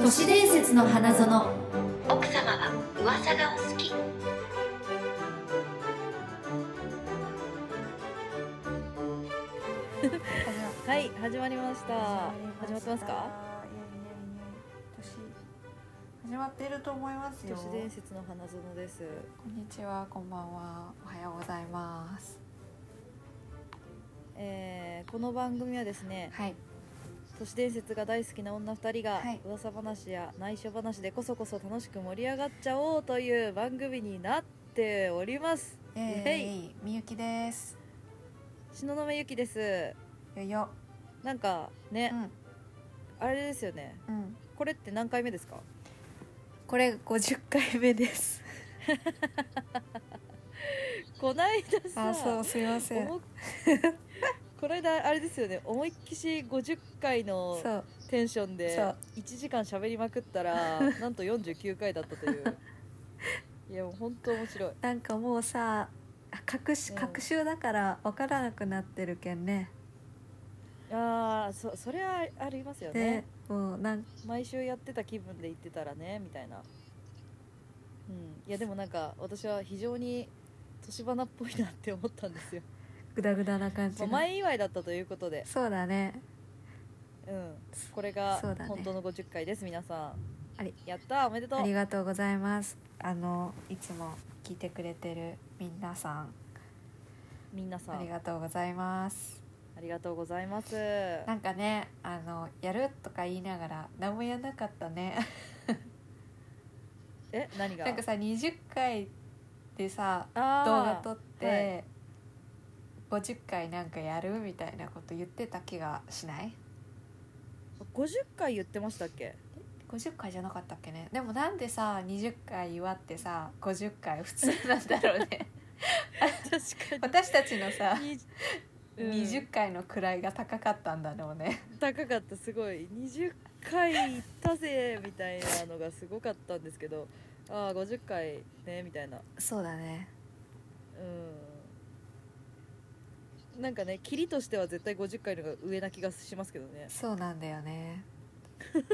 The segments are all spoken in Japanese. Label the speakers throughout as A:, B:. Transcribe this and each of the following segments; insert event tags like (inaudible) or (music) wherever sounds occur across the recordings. A: 都市伝説の花園
B: 奥様は噂がお好き
C: はい、始まりました。始
D: 始
C: ま
D: ま
C: っ
D: っててま
C: ま
D: すす
C: か
D: か。年始まってると思います
C: 都
D: よ。
C: 市伝説の花園です。
D: こんにちは、こんばんは、おはようございます。
C: えーこの番組はですね、
D: はい、
C: 都市伝説が大好きな女二人が
D: はい
C: 噂話や内緒話でこそこそ楽しく盛り上がっちゃおうという番組になっております。
D: え
C: イ
D: ー
C: エイ
D: い、みゆきです。
C: 篠宮ゆきです。
D: よいよ、
C: なんか
D: う
C: ね、
D: ん、
C: あれですよね。
D: うん、
C: これって何回目ですか？
D: これ五十回目です。
C: こないだ
D: (laughs)
C: さ、
D: あ、そう、すいません。
C: 思っ (laughs) この間あれですよね。思いっきし50回の
D: そう、
C: テンションで
D: そう
C: 1時間喋りまくっ
D: (laughs)
C: たらなんと49回だったといういやもう本当面白い
D: なんかもうさ、各
C: う
D: 種、
C: ん
D: 各週だから、わからなくなってるけんね。
C: ああそそれはありますよね
D: で、もう、なん、
C: 毎週やってた気分で行ってたらねみたいなうんいやでもなんか私は非常に年花っぽいなって思ったんで
D: (laughs)
C: すよ、
D: ぐだぐだな感じ
C: まあ
D: の。
C: 前祝いだったということで、
D: そうだね。
C: うん、これが
D: そうだね
C: 本当の50回です皆さん
D: あれ
C: やったーおめでとう
D: ありがとうございます。あのいつも聞いてくれてる皆さん、
C: みんなさん
D: ありがとうございます。
C: ありがとうございます
D: なんかね、あのやるとか言いながら何もやんなかったね。
C: え何が
D: なんかさ、20回でさ動
C: あー
D: 画撮って、
C: は
D: 50回なんかやるみたいなこと言ってた気がしない
C: 50回言ってましたっ
D: (laughs)
C: け
D: ?50 回じゃなかったっけね。でもなんでさ20回祝ってさ50回普通なんだろうね。
C: (laughs) 確か
D: 私たちのさ。
C: に、うん
D: 20回の位が高かったんだろうね。
C: 高かったすごい20回行ったぜみたいなのがすごかったんですけどああ50回ねみたいな
D: そうだね。
C: うんなんかねキリとしては絶対50回のが上な気がしますけどね
D: そうなんだよね
C: 面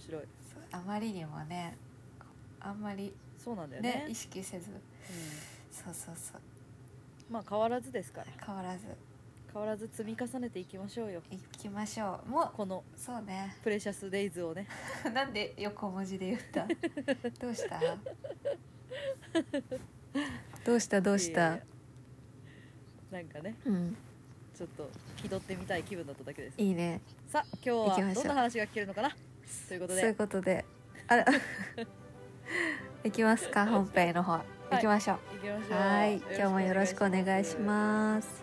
C: 白い
D: あまりにもねあんまり
C: そうなんだ
D: ね
C: よね
D: 意識せずそうそうそう
C: うん、まあ変わらずですから
D: 変わらず
C: 変わらず積み重ねていきましょうよ
D: 行きましょうもう
C: この
D: そうね (laughs)
C: プレシャスデイズをね
D: なんで横文字で言った (laughs) どうしたどうしたど
C: ど
D: うした
C: なんかね
D: うん
C: ちょっと気取ってみたい気分だっただけです
D: いいね
C: さあ今
D: 行
C: 日
D: き
C: は
D: ましょ
C: ど
D: うん
C: な話が聞けるのかなということ
D: そう
C: で
D: いうことであら (laughs) 行きますか本編の方行きましょう
C: 行きましょう
D: はい今日もよろしくお願いし
C: す
D: ます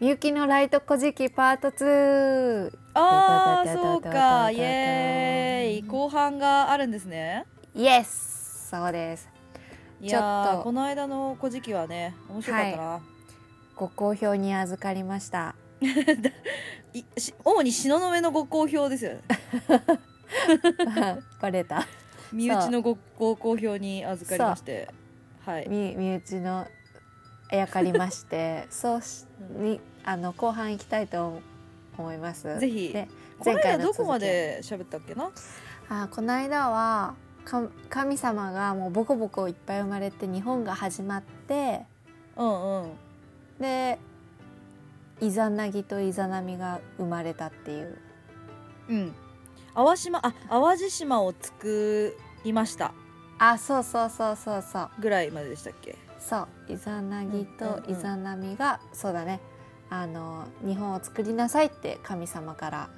D: みゆきのライト小じきパート2
C: ああそうかイエーイ後半があるんですね
D: イエスそうです
C: いやー
D: ちょっと
C: この間の「古事記」はね面白かったな、
D: ご好評に預かりました (laughs)
C: い、し主に東雲のご好評ですよね
D: バレた
C: 身内のごご好評に預かりましてはい
D: み身内のあやかりまして
C: (laughs)
D: そうし
C: うん
D: にあの後半行きたいと思います
C: ぜひ
D: で
C: この
D: の
C: 間ど
D: 続き
C: こまで喋ったっけな
D: あーこの間はか神様がもうボコボコいっぱい生まれて日本が始まって
C: うんうん
D: でイザナギとイザナミが生まれたっていう
C: うん淡島あ淡路島を作りました
D: あそうそうそうそうそう
C: ぐらいまででしたっけ
D: そうイザナギ
C: うん
D: と
C: うんうん
D: イザナミが、そうだねあの日本を作りなさいって神様から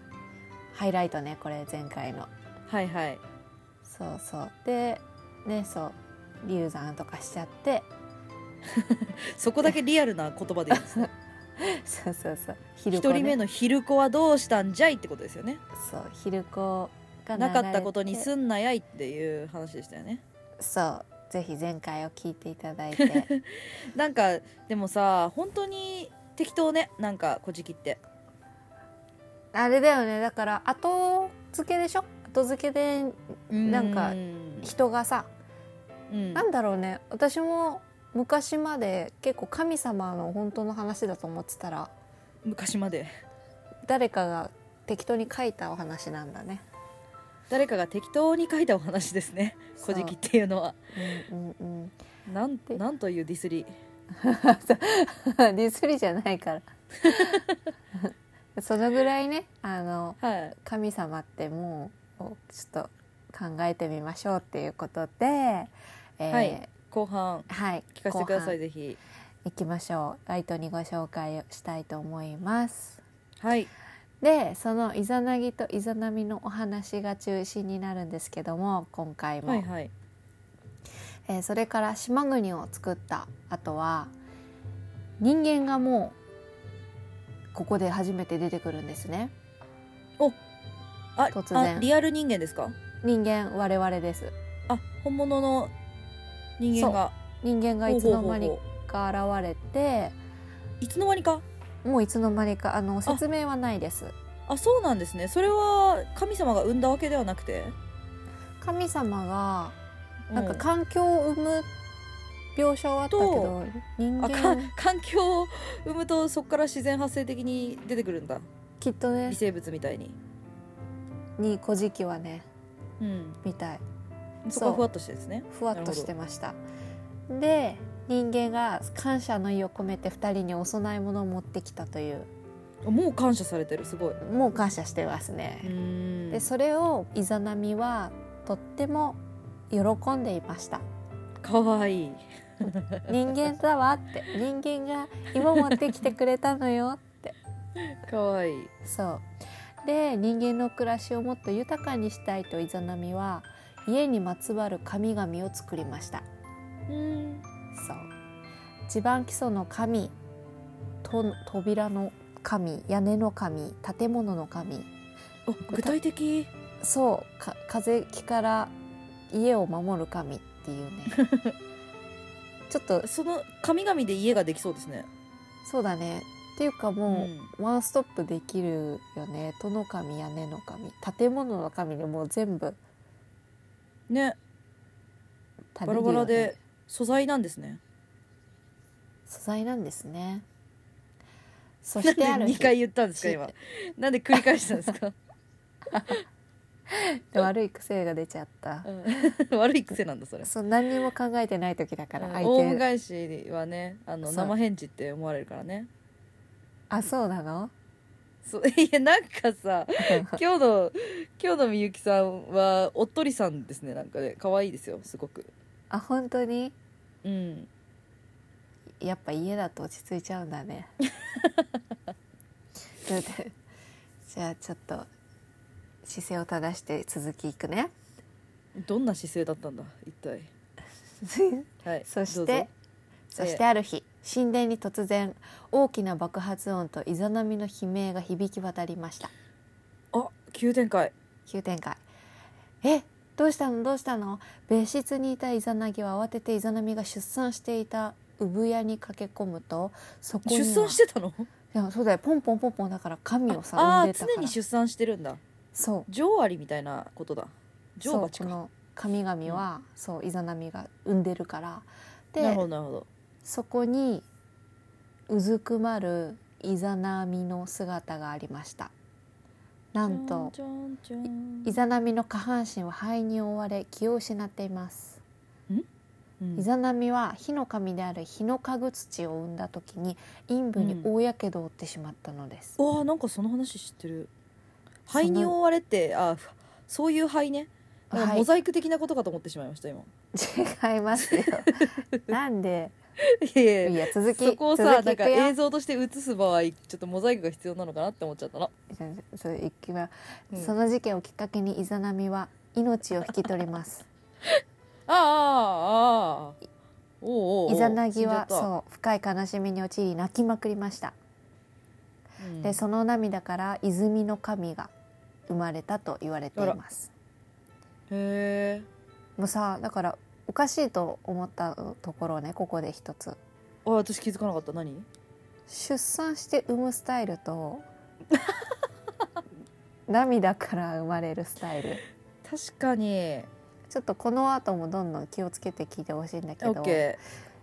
D: ハイライトねこれ前回の
C: はいはい
D: そうそうでねそう流産とかしちゃって (laughs)
C: そこだけリアルな言葉で言うんですね
D: そうそうそう
C: 一
D: 昼子ね
C: 人目の昼子はどうしたんじゃいってことですよね
D: そう昼子が流れ
C: な
D: て
C: かったことにすんなやいっていう話でしたよね
D: そうぜひ前回を聞いていただい
C: (laughs)
D: て
C: なんかでもさ本当に適当ねなんか「こじき」って
D: あれだよねだから後付けでしょ後付けでなんか
C: うん
D: 人がさ
C: うん
D: なんだろうね私も昔まで結構神様の本当の話だと思ってたら
C: 昔まで
D: 誰かが適当に書いたお話なんだ
C: (laughs)
D: ね。
C: 誰かが適当に書いたお話ですね「
D: そう
C: 古事記」っていうのは
D: うんうんうん、
C: なんなんというディスり
D: (laughs) ディスりじゃないからそのぐらいねあの
C: はい
D: 神様ってもうこうちょっと考えてみましょうっていうことで、えー
C: はい後半
D: はい
C: 聞かせてください
D: 後
C: ぜひ
D: 半いきましょうライトにご紹介をしたいと思います
C: はい
D: でそのイザナギとイザナミのお話が中心になるんですけども今回も、
C: はいはい
D: えーそれから島国を作ったあとは人間がもうここで初めて出てくるんですね
C: あ
D: 突然
C: あリアル人間ですか
D: 人間我々です
C: あ本物の人間が
D: 人間がいつ
C: ほう
D: の
C: ほうほう
D: 間に
C: ほ
D: か現れて
C: ういつの間にか
D: もういつの間にかあの説明はないです
C: あそうなんですねそれは神様が生んだわけではなくて
D: 神様が
C: う
D: なんか環境を生む描写はあったけど人
C: あか
D: 間
C: 環境を生むとそこから自然発生的に出てくるんだ
D: きっと
C: 微
D: ね
C: 生物みたいに、
D: に古事記はね
C: うん、
D: みたい
C: そこはふわっとしてですね
D: ふわっとしてましたで人間が感謝の意を込めて2人にお供え物を持ってきたという
C: あもう感謝されてるすごい
D: もう感謝してますね、
C: うん
D: でそれをイザナミはとっても喜んでいま
C: (laughs)
D: した
C: かわいい
D: 人間だわって人間が今持ってきてくれたのよって
C: かわいい
D: そうで人間の暮らしをもっと豊かにしたいとイザナミは家にまつわる神々を作りました
C: うん
D: そう地盤基礎の神と扉の神屋根の神建物の神
C: あ具体的
D: そうか風邪気から家を守る神って
C: (laughs)
D: いうねちょっと
C: その神々で家ができそうですね
D: そうだねっていうか
C: う
D: もう、
C: ん
D: ワンストップできるよね。戸の神屋根の神建物の神でもう全部
C: ね
D: バ
C: バラバラで素材なんですね
D: 素材なんですね。そ
C: な
D: し
C: ん
D: て
C: で (laughs)
D: ある
C: 2
D: 日
C: 回言ったんですか今なんで繰り返したんですか、
D: 悪い癖が出ちゃった。
C: うん (laughs) 悪い癖なんだそれ
D: そう何にも考えてない時だから
C: うん
D: 相
C: オウム
D: 手
C: 返しはねあの
D: そう
C: 生返事って思われるからね
D: あそうなの (laughs)
C: そういやなんかさ今日の今日のみゆきさんはおっとりさんですねなんかね可愛いですよすごく
D: あ本当に
C: うん
D: やっぱ家だと落ち着いちゃうんだ
C: (laughs)
D: ね。それでじゃあちょっと姿勢を正して続きいくね。 (laughs)
C: どんな姿勢だったんだ一体はい
D: そし
C: どう
D: てそ
C: ぞ
D: してある日神殿に突然大きな爆発音とイザナミの悲鳴が響き渡りました
C: あ急展開
D: 急展開えどうしたのどうしたの別室にいたイザナギは慌ててイザナミが出産していた産屋に駆け込むとそこに
C: 出
D: は
C: 産してたの
D: いやそうだよポンポンポンポンだから神をさ
C: ああ
D: 産んで
C: ー
D: たから
C: 常に出産してるんだ
D: そう
C: 女王アリみたいなことだ女
D: そ
C: 王
D: う
C: 蜂
D: こ
C: か
D: の神々は、そうイザナミが産んでるからで
C: なるほどなるほど
D: そこにうずくまるイザナミの姿がありましたなんと
C: ちょんちょんちょん
D: イザナミの下半身は肺に覆われ気を失っています、
C: うん
D: イザナミは火の神である火の家具土を産んだ時に陰部に大やけどを負ってしまったのです、
C: うわーなんかその話知ってる
D: その
C: 肺に覆われてあふそういう肺ねなんか
D: はい
C: モザイク的なことかと思ってしまい
D: (laughs)
C: ました今
D: 違います
C: (laughs)
D: よなんで
C: いやいや
D: いや続き
C: そこを
D: 続
C: さ
D: き
C: ないん
D: く
C: か
D: よ
C: 映像として映す場合ちょっとモザイクが必要なのかなって思っちゃったの、
D: そう行きま
C: うん
D: その事件をきっかけにイザナミは命を引き取ります
C: ああああ (laughs) おうおうおう
D: イザナギは
C: 死んじゃっ
D: そう深い悲しみに陥り泣きまくりました、
C: たうん
D: でその涙から泉の神が生まれたと言われています
C: へえ
D: もうさだからおかしいと思ったところをねここで一つ
C: あ私気づかなかった何
D: 出産して産むスタイル
C: (laughs)
D: と涙から生まれるスタイル
C: 確かに
D: ちょっとこの後もどんどん気をつけて聞いてほしいんだけ
C: オ
D: ど
C: ッケ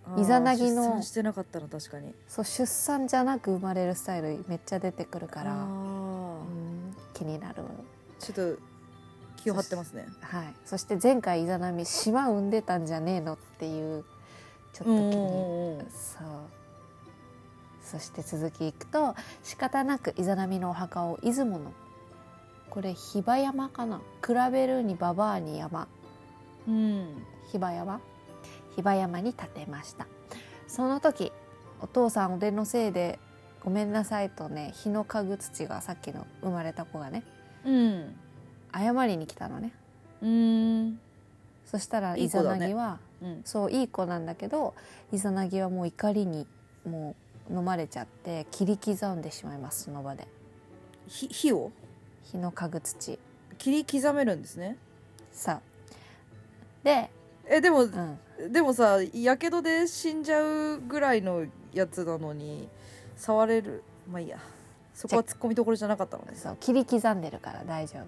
C: ー
D: イザナギ
C: あー
D: の
C: 出産してなかったの確かに
D: そう出産じゃなく生まれるスタイルめっちゃ出てくるから、
C: あ
D: う
C: ー
D: ん気になる
C: ちょっと気を張ってますね
D: はいそして前回イザナミ島産んでたんじゃねえのっていうちょっと気に
C: うんうんう
D: そ
C: ん
D: うそして続きいくと仕方なくイザナミのお墓を出雲のこれ比婆山かな比べるにババアに山
C: うん
D: 比婆山比婆山に建てましたその時お父さん俺のせいでごめんなさいとね日の家具土がさっきの生まれた子がね
C: うん
D: 謝りに来たのね
C: うん
D: そしたら
C: い
D: イ
C: い子
D: ザ
C: だ
D: ナ
C: ね
D: ギは
C: うん
D: そういい子なんだけどイザナギはもう怒りにもう飲まれちゃって切り刻んでしまいますその場で
C: ひ火を
D: 日の家具土
C: 切り刻めるんですね
D: さで、
C: えでも
D: うん、
C: でもさやけどで死んじゃうぐらいのやつなのに触れるまあいいやそこは突っ込みどころじゃなか (laughs) ったのです
D: そう切り刻んでるから大丈夫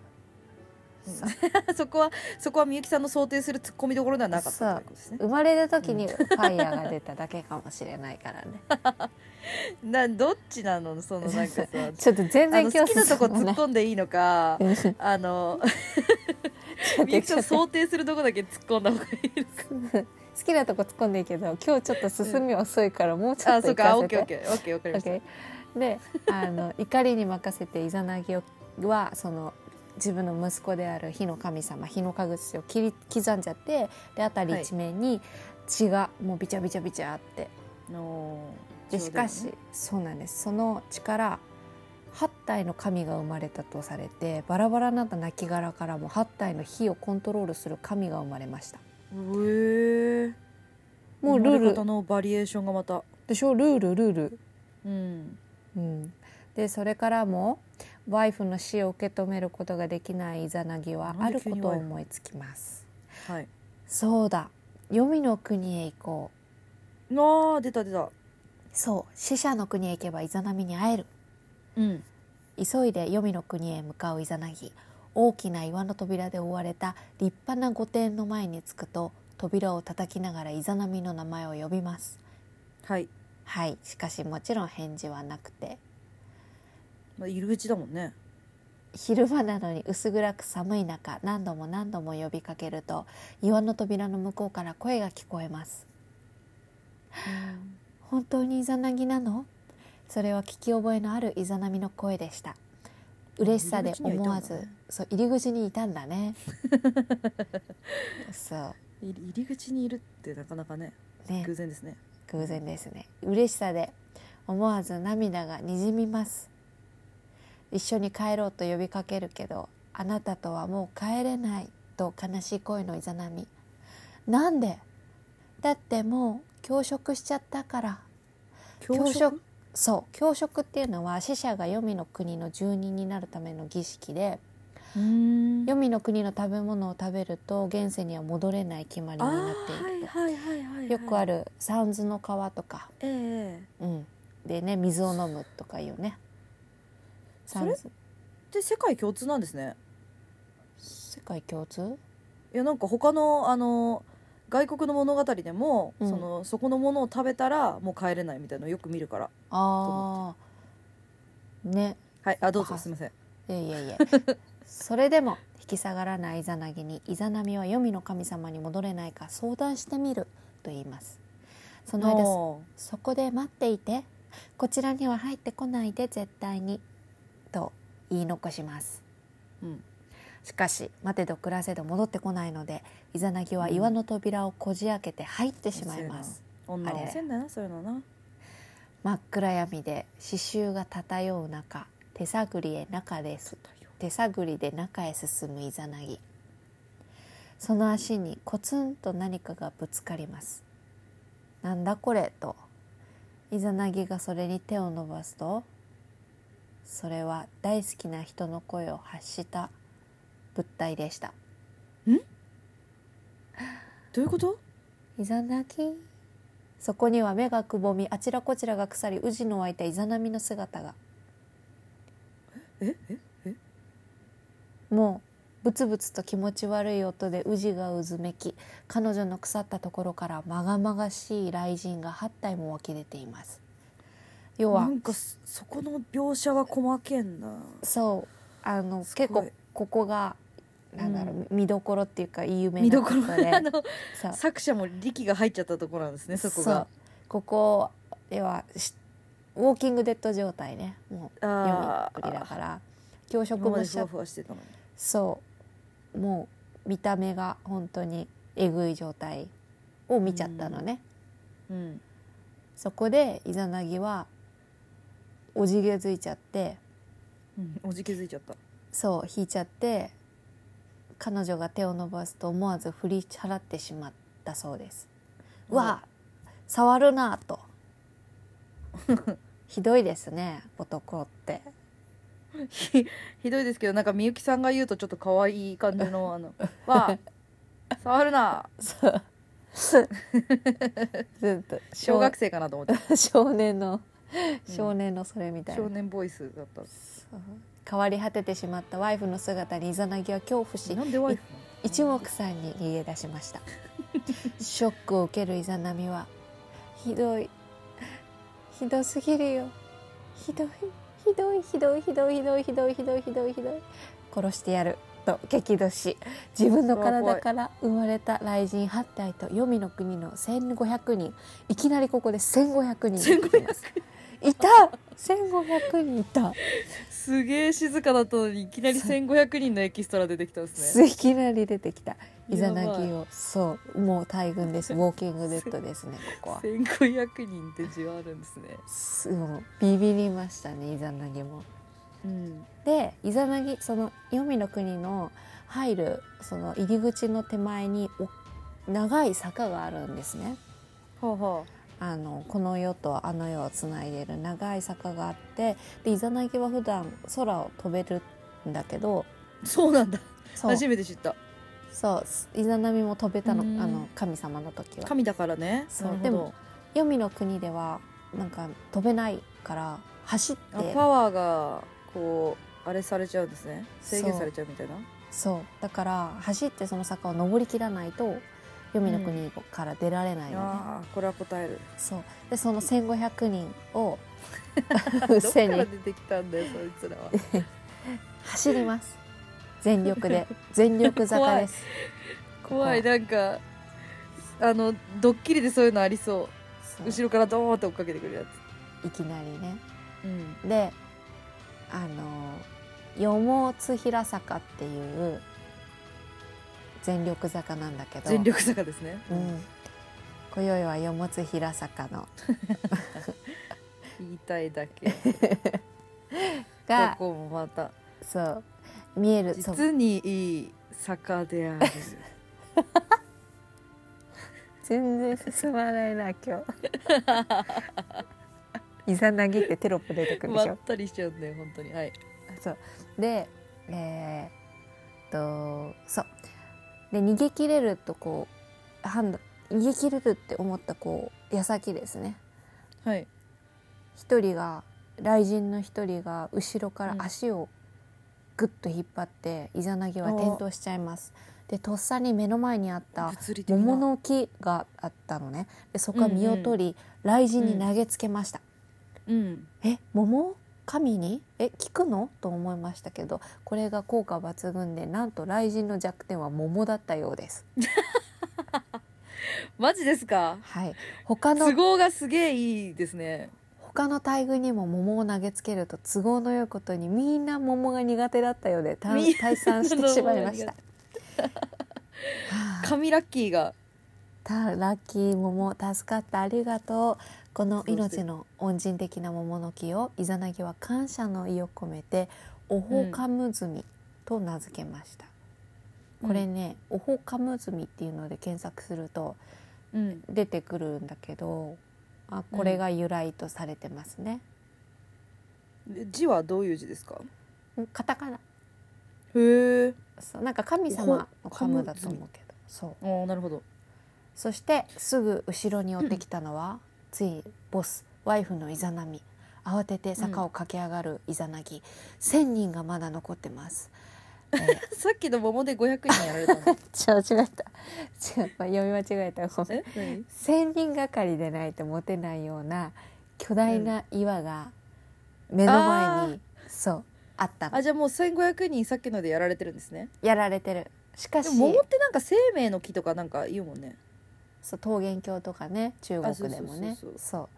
C: うん
D: そう
C: そこはそこはみゆきさんの想定する突っ込みどころではなかったってことですね
D: 生まれる時にファイヤーが出ただけかもしれないからね
C: などっちなのそのなんか (laughs) さ
D: ちょっと全
C: あ
D: 然
C: の
D: 今
C: 好
D: 日
C: きなとこ
D: 進
C: 突
D: ま
C: っ
D: ない
C: 込んでいいのか
D: うんちょっ
C: あの
D: と
C: みゆきさんの
D: ちょっ
C: 想定するとこだけ突っ込んだ方がいいのか
D: と好きなとこ突っ込んでいいけ (laughs) ど今日ちょっと進み遅いからもうちょ
C: あ
D: っと
C: そう
D: 行
C: か
D: か
C: オ
D: せ
C: ッケーオッ
D: て
C: ケーオッケーわかりました、
D: OK であ
C: (laughs)
D: の怒りに任せてイザナギはその自分の息子である火の神様火の神口を切り刻んじゃってで辺り一面に血がもうびちゃびちゃびちゃあって
C: の
D: でしかし、そうなんですその力8体の神が生まれたとされてバラバラになった亡骸からも8体の火をコントロールする神が生まれました
C: え
D: もうルー
C: 方
D: ル
C: のバリエーションがまた
D: でしょルールルール
C: うん
D: うんでそれからもワイフの死を受け止めることができないイザナギは
C: な
D: あ
C: んで
D: る
C: 急
D: こ
C: に
D: とを
C: ワイフ
D: 思いつきます
C: はい
D: そうだ黄泉の国へ行こう
C: あー出た出た
D: そう死者の国へ行けばイザナミに会える
C: うん
D: 急いで黄泉の国へ向かうイザナギ大きな岩の扉で覆われた立派な御殿の前に着くと扉を叩きながらイザナミの名前を呼びます
C: はい、
D: はいしかしもちろん返事はなくて
C: まあ、入り口だもんね
D: 昼間なのに薄暗く寒い中何度も何度も呼びかけると岩の扉の向こうから声が聞こえます本当にイザナギなのそれは聞き覚えのあるイザナミの声でした嬉しさで思わず
C: 入り口にはいたんだね
D: そう入り口にいたんだねそ
C: 入り入り口にいるってなかなかね
D: うね
C: 偶然ですね
D: 偶然ですね嬉しさで思わず涙がにじみます一緒に帰ろうと呼びかけるけどあなたとはもう帰れないと悲しい声のいざなみなんでだってもう教職しちゃったから教職そう教職っていうのは死者が黄泉の国の住人になるための儀式で
C: うーん
D: 黄泉の国の食べ物を食べると現世には戻れない決まりに
C: あ
D: なっ
C: ー
D: ている
C: はいはいはいはい、はい、
D: よくあ
C: る
D: る三途の川とか
C: ええ
D: うん、でね水を飲むとかいうね
C: そ
D: 三
C: れ
D: つ
C: で世界共通なんですね
D: 世界共通
C: いやなんか他のあの外国の物語でも、
D: うん
C: そのそこのものを食べたらもう帰れないみたいなのよく見るから
D: ああね
C: はいあどうぞ
D: あ
C: すいません
D: いやいやい
C: (laughs)
D: やそれでも引き下がらないイザナギに「イザナミは黄泉の神様に戻れないか相談してみる」と言いますその間
C: おー
D: そこで待っていてこちらには入ってこないで絶対に」と言い残します、
C: うん
D: しかし待てど暮らせど戻ってこないのでイザナギは岩の扉をこじ開けて入ってしまいます、
C: 女
D: あ
C: は
D: れ
C: せんだよなそういうのはな
D: 真っ暗闇で刺繍が漂う中手探りへ中です手探りで中へ進むイザナギその足にコツンと何かがぶつかりますなんだこれとイザナギがそれに手を伸ばすとそれは大好きな人の声を発した物体でした
C: どういうこと
D: イザナギそこには目がくぼみあちらこちらが腐り宇治の湧いたイザナミの姿が
C: ええ
D: もうブツブツと気持ち悪い音で宇治がうずめき彼女の腐ったところからまがまがしい雷神が8体も湧き出ています要
C: な
D: は
C: んかそそこの描写は細けんな
D: そうあの
C: すごい
D: 結構ここがなんだろう、見どころっていうか有名
C: 見
D: な
C: ど
D: と
C: こ
D: こ
C: ろ
D: ろで
C: (laughs) あの
D: そう
C: 作者も力が入っちゃったところなんですねそこが
D: そうここではしウォーキングデッド状態ねもう読
C: あ
D: みっくりだ
C: あ
D: から教職
C: 今ま
D: も
C: で
D: し
C: ふ
D: ちゃ
C: わ
D: っ
C: ふわしてたのに
D: そうもう見た目が本当にえぐい状態を見ちゃったのね、
C: うん
D: そこでイザナギはおじげづいちゃって
C: うんおじ気づいちゃった
D: そう引いちゃって彼女が手を伸ばすと思わず振り払ってしまったそうです。
C: うん
D: わあ触るなあ
C: (laughs)
D: とひどいですね男
C: (laughs)
D: って
C: ひ (laughs) ひどいですけどなんかみゆきさんが言うとちょっと可愛い感じのあの「わあ (laughs) 触るな
D: そう (laughs) ずっと
C: 小学生かな」と思っ
D: (laughs)
C: て
D: 少年の
C: うん
D: 少年のそれみたいな、
C: 少年ボイスだった
D: そう変わり果ててしまったワイフの姿にイザナギは恐怖し
C: なんでワイフなの
D: 一目散に逃げ出しましたショックを受けるイザナミは「ひどいひどすぎるよひどいひどいひどいひどいひどいひどいひどいひどいひどい殺してやる」と激怒し自分の体から生まれた雷神8体と黄泉の国の1,500人いきなりここで1,500人いますいた1,500人いた
C: すげえ静かだったのにいきなり
D: そう
C: 1500人のエキストラ出てきたんですね
D: いきなり出てきたイザナギ
C: やばい
D: をそうもう大群
C: (laughs)
D: ですウォーキングデッドですねここは
C: 1500人って字はあるんですね
D: すもうビビりましたねイザナギも。
C: うん
D: でイザナギその黄泉の国の入るその入り口の手前にお長い坂があるんですね。
C: はあは
D: あのこの世とあの世をつないでる長い坂があってでイザナギは普段空を飛べるんだけど
C: あそうなんだ
D: そう
C: 初めて知った
D: そうイザナミも飛べたの
C: うん
D: あの神様の時は。
C: 神だからね
D: そう
C: なるほど
D: でも黄泉の国ではなんか飛べないから走っ
C: あ
D: て
C: パワーがこうあれされちゃうんですね制限
D: そう
C: されちゃうみたいな
D: そうだから走ってその坂を登りきらないと黄泉の国から出られないのね、
C: ああこれは答える
D: そうでその1,500人を
C: (laughs) どっか
D: 背
C: ら
D: に
C: 出てきたんだよそいつらは
D: 走ります全力
C: (laughs)
D: で全力坂です
C: 怖い
D: ここは
C: なんかあのドッキリでそういうのありそ
D: そうう
C: 後ろからドーンって追っかけてくるや
D: いきなりね
C: つうん
D: であのよもつ平坂っていう全力坂なんだけど
C: 全力坂ですね
D: うん、今宵はよもつ平坂の
C: 言いたいだけ
D: が
C: ここもまた
D: そう見えるそう
C: 実にいい坂で (laughs) ある
D: 全然進まないな (laughs) 今日イザナギってテロップ出てくるで
C: ま
D: しょ
C: ったりしちゃうんだよ本当にはい
D: そうでえーっとそうで逃げ切れるとこう判断逃げ切れるって思ったこう矢先ですね
C: はい
D: 一人が雷神の一人が後ろから足をぐっと引っ張って、イザナギは転倒しちゃいますでとっさに目の前にあった
C: 物理的な
D: 桃の木があったのねでそこは身を取り、雷神に投げつけました、
C: うん
D: え桃神にえ聞くのと思いましたけどこれが効果抜群でなんと雷神の弱点は桃だったようです
C: マジですか
D: はい他の
C: 都合がすげえいいですね
D: 他の大群にも桃を投げつけると都合の良いことにみんな桃が苦手だったようでた
C: みんな
D: 退散してしまいました。 (laughs) はあ
C: 神ラッキーが
D: たラッキー桃助かったありがとうこの命の恩人的な桃の木をイザナギは感謝の意を込めてオホカムズミと名付けました、これねオホカムズミっていうので検索すると
C: うん
D: 出てくるんだけどあこれが由来とされてますね、
C: で字はどういう字ですか
D: カタカナ
C: へえ
D: そうなんか神様のカムだと思うけどそう
C: あーなるほど
D: そしてすぐ後ろに追ってきたのは、ついボスワイフのイザナミ慌てて坂を駆け上がるイザナギ、1,000人がまだ残ってますえー
C: (laughs) さっきの桃で500円やられたの (laughs)
D: 違う違った違う、まあ、読み間違えたごめん
C: え何
D: (laughs) 千人がかりでないと持てないような巨大な岩が目の前に、そうあったの
C: あじゃあもう1500人さっきのでやられてるんですね
D: やられてるしかし
C: でも桃ってなんか生命の木とかなんか言うもんね
D: そう桃源郷とかね中国でもね
C: あそうそうそう
D: そ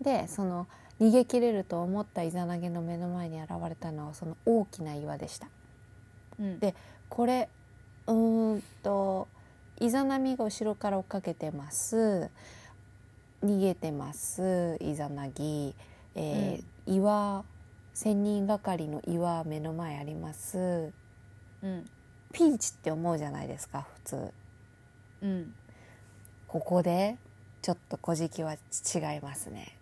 D: うでその逃げ切れると思ったイザナギの目の前に現れたのはその大きな岩でした
C: うん
D: でこれうーんとイザナミが後ろから追っかけてます逃げてますイザナギ、えー岩千人がかりの岩目の前あります
C: うん
D: ピンチって思うじゃないですか普通
C: うん
D: ここでちょっと小敷は違いますね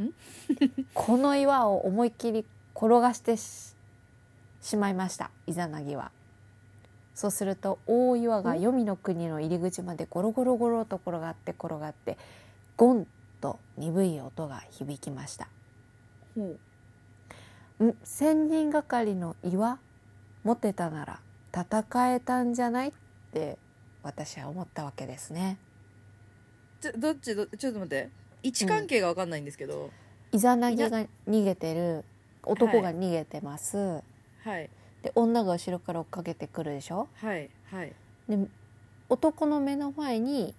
C: ん (laughs)
D: この岩を思いっきり転がしてししまいましたイザナギはそうすると大岩が黄泉の国の入り口までゴロゴロゴロと転がって転がってゴンと鈍い音が響きました
C: ほ
D: ん千人がかりの岩持てたなら戦えたんじゃないって私は思ったわけですね
C: うちょどっちどちょっと待って位置関係が分かんないんですけど、
D: イザナギが逃げてる男が逃げてます、
C: はい
D: で女が後ろから追っかけてくるでしょ
C: はいはい
D: で男の目の前に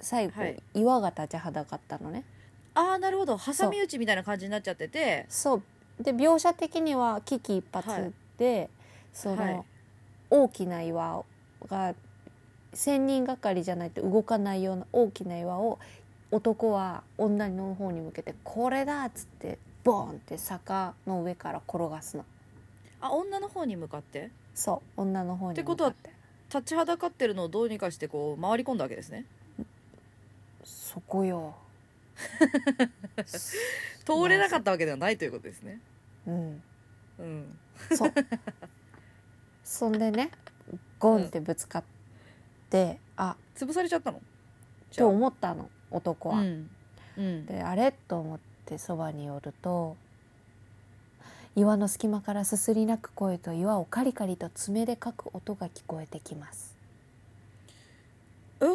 D: 最後、
C: はい
D: 岩が立ちはだかったのね
C: ああなるほど挟み撃ちみたいな感じになっちゃってて
D: そうで描写的には危機一髪で、その、
C: はい
D: 大きな岩が千人がかりじゃないと動かないような大きな岩を男は女の方に向けて「これだ!」っつってボーンって坂の上から転がすの
C: あ女の方に向かって
D: そう女の方に向かって
C: ってことは立ちはだかってるのをどうにかしてこう回り込んだわけですね
D: そこよ
C: 通れなか
D: っ
C: ったわけではないということですね
D: た、 (laughs) うん、
C: うん
D: そうそんでねゴンってぶつかって、あ
C: 潰されちゃったの
D: と思ったの男は。
C: うんうん
D: であれと思ってそばに寄ると岩の隙間からすすり泣く声と岩をカリカリと爪でかく音が聞こえてきます。
C: え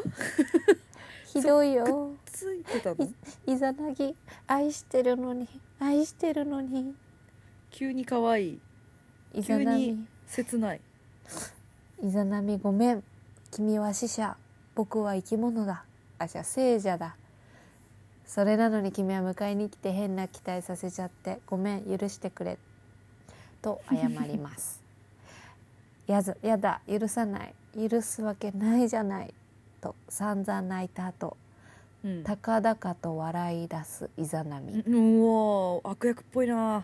D: ひどいよ
C: ついてたの
D: イザナギ愛してるのに愛してるのに
C: 急に可愛い
D: イザナ
C: 急
D: ミ
C: 切ない
D: イザナミごめん君は死者僕は生き物だあじゃあ聖者だそれなのに君は迎えに来て変な期待させちゃってごめん許してくれと謝ります (laughs) やずやだ許さない許すわけないじゃないと散々泣いた後
C: うん
D: 高々と笑い出すイザナミ
C: うんうわー悪役っぽいな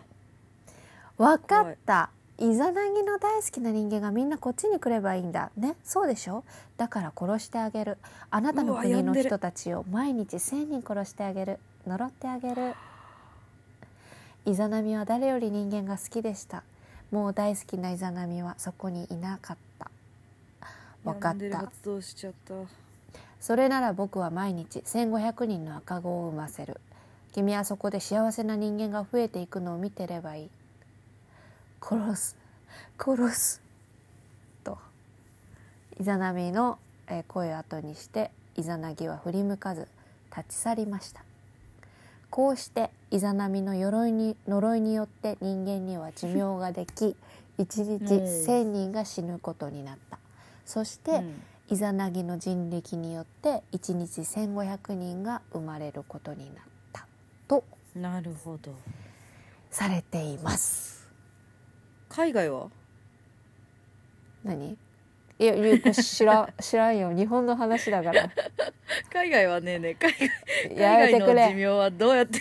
D: わかったイザナギの大好きな人間がみんなこっちに来ればいいんだねそうでしょだから殺してあげるあなたの
C: うわ
D: 国
C: 病ん
D: の
C: でる
D: 人たちを毎日千人殺してあげる呪ってあげるイザナミは誰より人間が好きでしたもう大好きなイザナミはそこにいなかったわか
C: 病
D: っ
C: んでる
D: た
C: 発動しちゃった
D: それなら僕は毎日1500人の赤子を産ませる君はそこで幸せな人間が増えていくのを見てればいい殺す殺すとイザナミのえー声を後にしてイザナギは振り向かず立ち去りましたこうしてイザナミの鎧に呪いによって人間には寿命ができ1日
C: うん
D: 1,000人が死ぬことになったそして、
C: うん
D: イザナギの人力によって1日1,500人が生まれることになったと
C: なるほど
D: されています。
C: 海外は
D: 何いやゆうこ知 (laughs) ら知らんよ日本の話だから
C: 海外はねえねえ海
D: やめ
C: 外海
D: て
C: 外
D: く
C: の寿
D: れ
C: 命はどうやって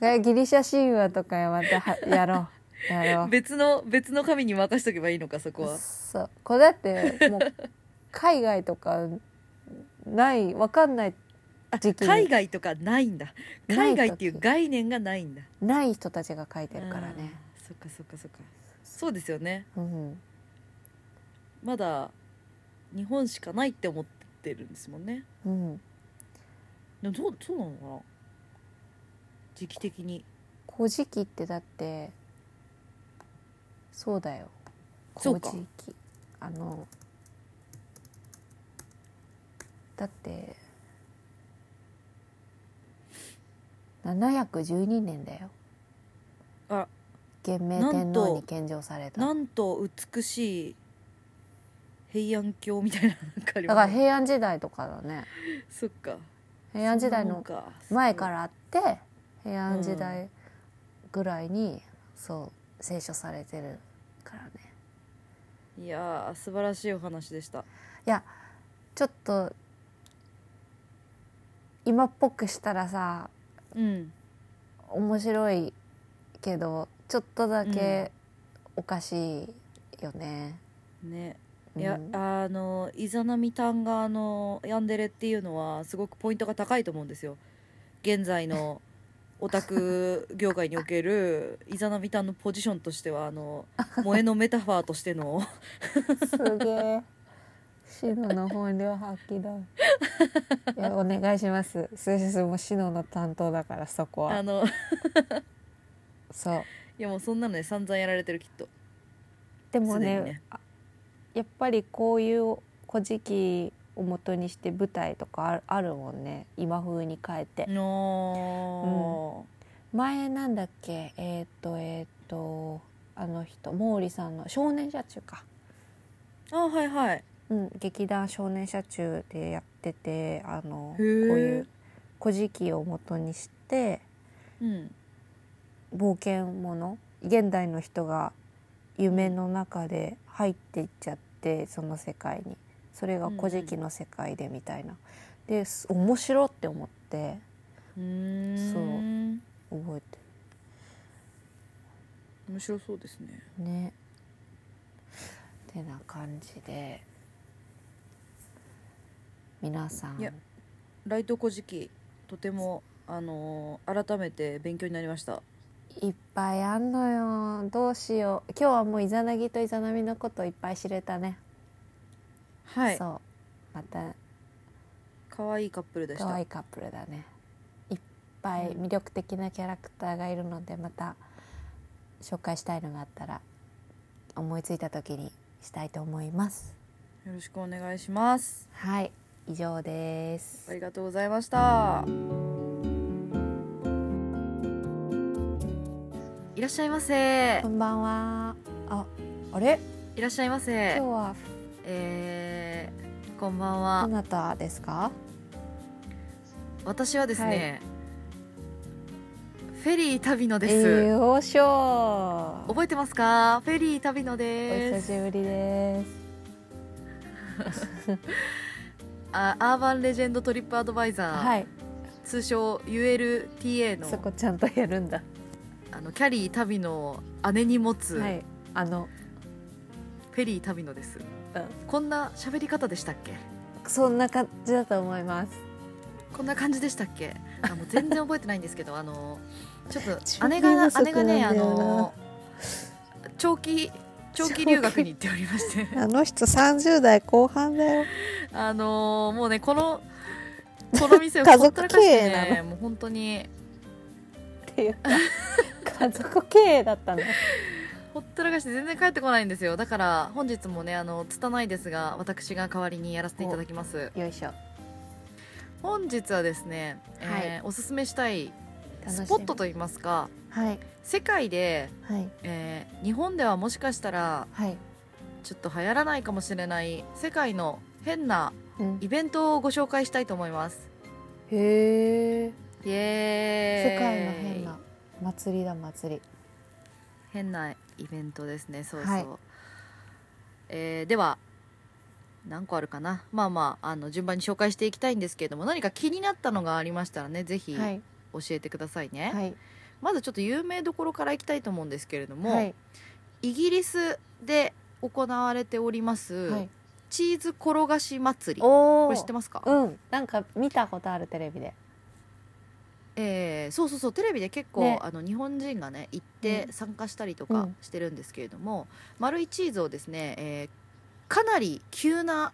D: えギリシャ神話とかやまたはやろ (laughs) うやろ
C: 別の別の神に任しとけばいいのかそこ
D: う
C: は
D: そうこれだってもう海外とかないわかんない時期
C: 海
D: に
C: 外とかないんだ
D: ない
C: 海外っていう概念がないんだ
D: ない人たちが書いてるからね
C: あーそっかそっかそっかそうですよね
D: うん
C: まだ日本しかないって思ってるんですもんね
D: うん
C: でもそうそうなのかな時期的に
D: 「古事記」ってだってそうだよ麹
C: そう
D: 行きあのだって712年だよ
C: あら
D: 元明
C: なん
D: 天
C: と
D: 皇に献上された
C: なんと美しい平安京みたいなのがあり
D: だ
C: ま
D: から
C: す
D: 平安時代とかだね
C: そっか
D: 平安時代の前からあって平安時代ぐらいにそう聖書されてるからね
C: いやー素晴らしいお話でした
D: いやちょっと今っぽくしたらさ
C: うん
D: 面白いけどちょっとだけおかしいよね。
C: ね
D: う
C: い
D: ん
C: や、あのイザナミタンガーのヤンデレっていうのはすごくポイントが高いと思うんですよ現
D: (laughs)
C: 在のオタク業界におけるイザナミタンのポジションとしてはあの萌えのメタファーとし
D: (laughs)
C: ての
D: すげえシノの本領発揮だ。 (laughs) いやお願いします。スーシスもシノの担当だからそこ
C: あ
D: は
C: の
D: そう。
C: いやもうそんなのね散々やられてるきっと
D: でも
C: すで
D: ね
C: にね
D: やっぱりこういう古事記を元にして舞台とかあるあるもんね今風に変えて。
C: の
D: 前なんだっけえーっ、とえーっ、とあの人毛利さんの「少年社中か」
C: あーはいはい
D: うん、劇団「少年社中」でやっててあのこ
C: へ
D: う
C: ー
D: いう「古事記」を元にして
C: うん
D: 冒険者現代の人が夢の中で入っていっちゃってその世界にそれが「古事記」の世界でみたいな。です面白って思って
C: うーん
D: そう
C: 面
D: 覚えて
C: 白そうですね
D: るね。ってな感じで皆さん
C: いやライト古事記とてもあのー改めて勉強になりました
D: いっぱいあんのよどうしよう今日はもうイザナギとイザナミのこといっぱい知れたね、
C: はい
D: そうまた
C: 可愛いカップルでし
D: 可
C: た
D: 愛いカップルだねいっぱい
C: うん
D: 魅力的なキャラクターがいるのでまた紹介したいのがあったら思いついた時にしたいと思います
C: よろしくお願いします
D: はい以上です
C: ありがとうございましたいらっしゃいませ
D: こんばんはああれ
C: いらっしゃいま
D: 今
C: せ
D: 日は
C: えー、こんばん
D: ど
C: は
D: なたですか
C: 私はですね、フェリー旅野です、
D: えー、よいしょ
C: 覚えてますかフェリー旅野
D: お
C: で
D: 久
C: す
D: しぶりです
C: あアーバンレジェンドトリップアドバイザー、
D: はい
C: 通称 ULTA
D: そ
C: の
D: こちゃんとやるんだ
C: あのキャリー旅の姉に持つ、
D: はい、あの
C: フェリー旅のです、
D: ん
C: こんな喋り方でしたっけ
D: そんな感じだと思います。
C: こんな感じでしたっけあもう全然覚えてないんですけどあのちょっ
D: 準 (laughs)
C: と
D: 備
C: 姉
D: 不
C: が
D: 足
C: 姉がね
D: な
C: あ
D: んだよな
C: の長期長期留学に行っておりまして
D: (laughs) あの人三十代後半だよ。
C: (laughs) あのもうね
D: (laughs)
C: このこの店を
D: 家族
C: ほったらかして
D: 経営な
C: ねもう本当に
D: っていうか家族経営だ
C: (laughs)
D: ったんだ。
C: ほったらかして全然帰ってこないんですよだから本日もねあの拙いですが私が代わりにやらせていただきます
D: よいしょ。
C: 本日はですね、
D: は
C: えーおすすめしたい
D: 楽しみ
C: スポットといいますか
D: はい
C: 世界で、
D: はい
C: えー日本ではもしかしたら
D: はい。
C: ちょっと流行らないかもしれない世界の変な
D: うん、
C: イベントをご紹介したいと思います
D: へえ。
C: イエーイ
D: 世界の変な祭りだ祭り。
C: 変なイベントですねそうそう、
D: はい
C: えーでは何個あるかなまあまああの順番に紹介していきたいんですけれども何か気になったのがありましたらねぜひ
D: はい
C: 教えてくださいね、
D: はい
C: まずちょっと有名どころからいきたいと思うんですけれども、
D: はい
C: イギリスで行われております、
D: はい。
C: チーズ転がし祭り
D: お
C: こ
D: お。
C: れ知ってますか、
D: うんなんか見たことあるテレビで。
C: えーそうそうそうテレビで結構、
D: ね
C: あの日本人がね行って
D: うん
C: 参加したりと
D: う
C: か
D: ん
C: してるんですけれども、丸いチーズをですね、えーかなり急な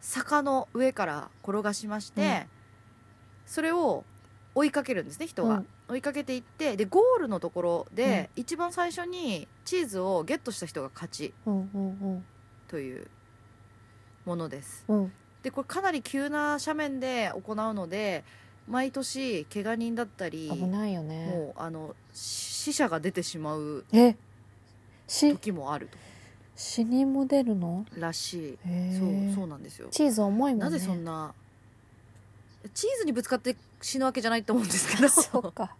C: 坂の上から転がしまして、それを追いかけるんですね人が、
D: うん
C: 追いかけていってでゴールのところで、一番最初にチーズをゲットした人が勝ち
D: うんうん
C: というものです
D: うんうん
C: でこれかなり急な斜面で行うので毎年怪我人だったり
D: 危ないよね
C: もうあの死者が出てしまう
D: えし
C: 時もあると
D: 死人も出るの
C: らし
D: へ
C: い
D: え
C: そうそうなんですよ
D: チーズ重いもんね
C: なぜそんなチーズにぶつかって死ぬわけじゃないと思うんですけどそ (laughs)
D: そうか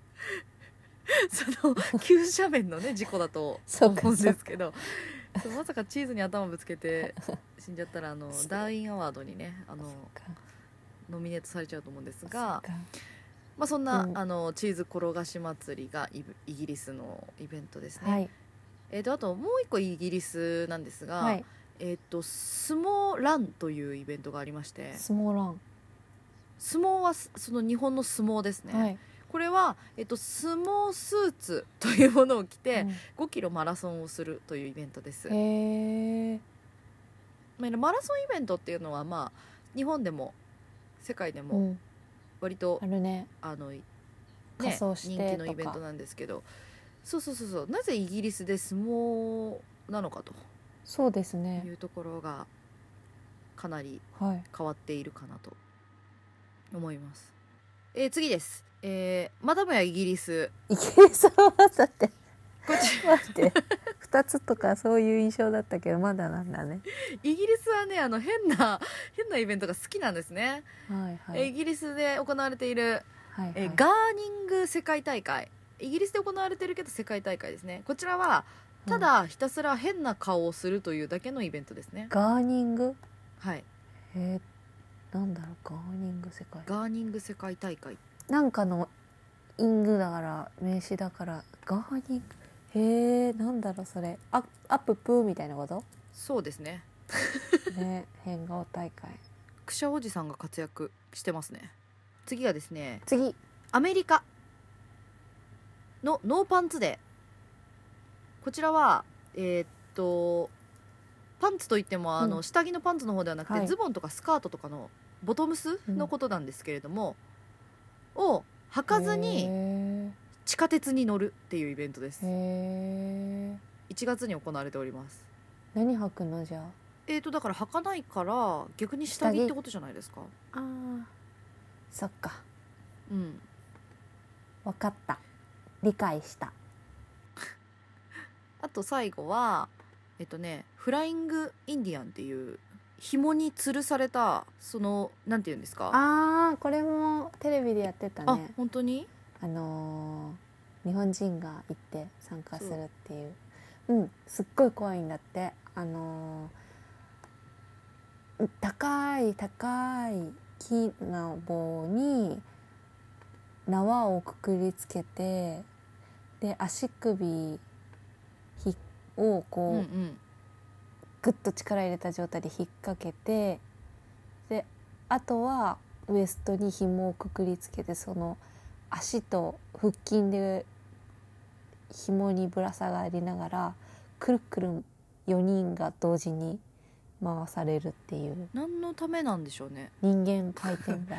C: の急斜面のね事故だと
D: そう
C: 思
D: か
C: うんですけどそうまさかチーズに頭ぶつけて
D: (laughs)
C: 死んじゃったらあの
D: そう
C: ダーウィンアワードにねあの
D: そうか
C: ノミネートされちゃうと思うんです
D: そ
C: が
D: うか
C: まあ、そんな、
D: うん
C: あのチーズ転がし祭りがイブイギリスのイベントですね、
D: はい
C: えー、とあともう一個イギリスなんですが、
D: はい
C: えー、と相撲ランというイベントがありまして
D: スモーラン
C: 相撲はすその日本の相撲ですね、
D: はい
C: これは、えっと、相撲スーツというものを着て
D: うん
C: 5キロマラソンをするというイベントです、
D: へえ
C: まあマラソンイベントっていうのは、まあ、日本でも世界で
D: う
C: も
D: ん
C: 割と、
D: あるね
C: あの、ね、
D: 仮装して
C: 人気のイベントなんですけどそうそうそうそうなぜイギリスで相撲なのかと
D: そうですね
C: いうところがかなり
D: はい
C: 変わっているかなと思います、えー次です、えーまたもやイギリス
D: イギリスはまだって
C: こち
D: 待って (laughs) 二つとかそういう印象だったけどまだなんだね (laughs)
C: イギリスはねあの変な変なイベントが好きなんですね、
D: はいは
C: えイギリスで行われている、
D: はいはい
C: えガーニング世界大会イギリスで行われてるけど世界大会ですねこちらはただひたすら変な顔をするというだけのイベントですね、
D: ガーニング
C: はい
D: えー、なんだろうガーニング世界
C: ガーニング世界大会
D: なんかのイングだから名詞だからガーニングへえなんだろうそれあアッププーみたいなこと
C: そうですね
D: ね変顔大会
C: クシャおじさんが活躍してますね次がですね
D: 次
C: アメリカのノーパンツデーこちらはえーっとパンツといってもあの、
D: うん
C: 下着のパンツの方ではなくて、
D: はい
C: ズボンとかスカートとかのボトムスのことなんですけれども、を履かず
D: へ
C: に
D: ー
C: 地下鉄に乗るっていうイベントです
D: へえ
C: 1月に行われております
D: 何履くのじゃあ
C: えーっとだから履かないから逆に下着ってことじゃないですか
D: あーそっか
C: うん
D: わかった理解した
C: あと最後はえっとねフライングインディアンっていう紐に吊るされたそのなんて言うんですか
D: あーこれもテレビでやってた
C: あ
D: ね
C: 本当に
D: あのー日本人が行って参加するっていううんすっごい怖いんだってあのー高い高い木の棒に縄をくくりつけてで足首ひを
C: う
D: こ
C: ん
D: う、
C: うん
D: ぐっと力入れた状態で引っ掛けてであとはウエストに紐をくくりつけてその足と腹筋で紐にぶら下がりながらくるくる4人が同時に回されるっていう
C: 何のためなんでしょうね
D: 人間回転だ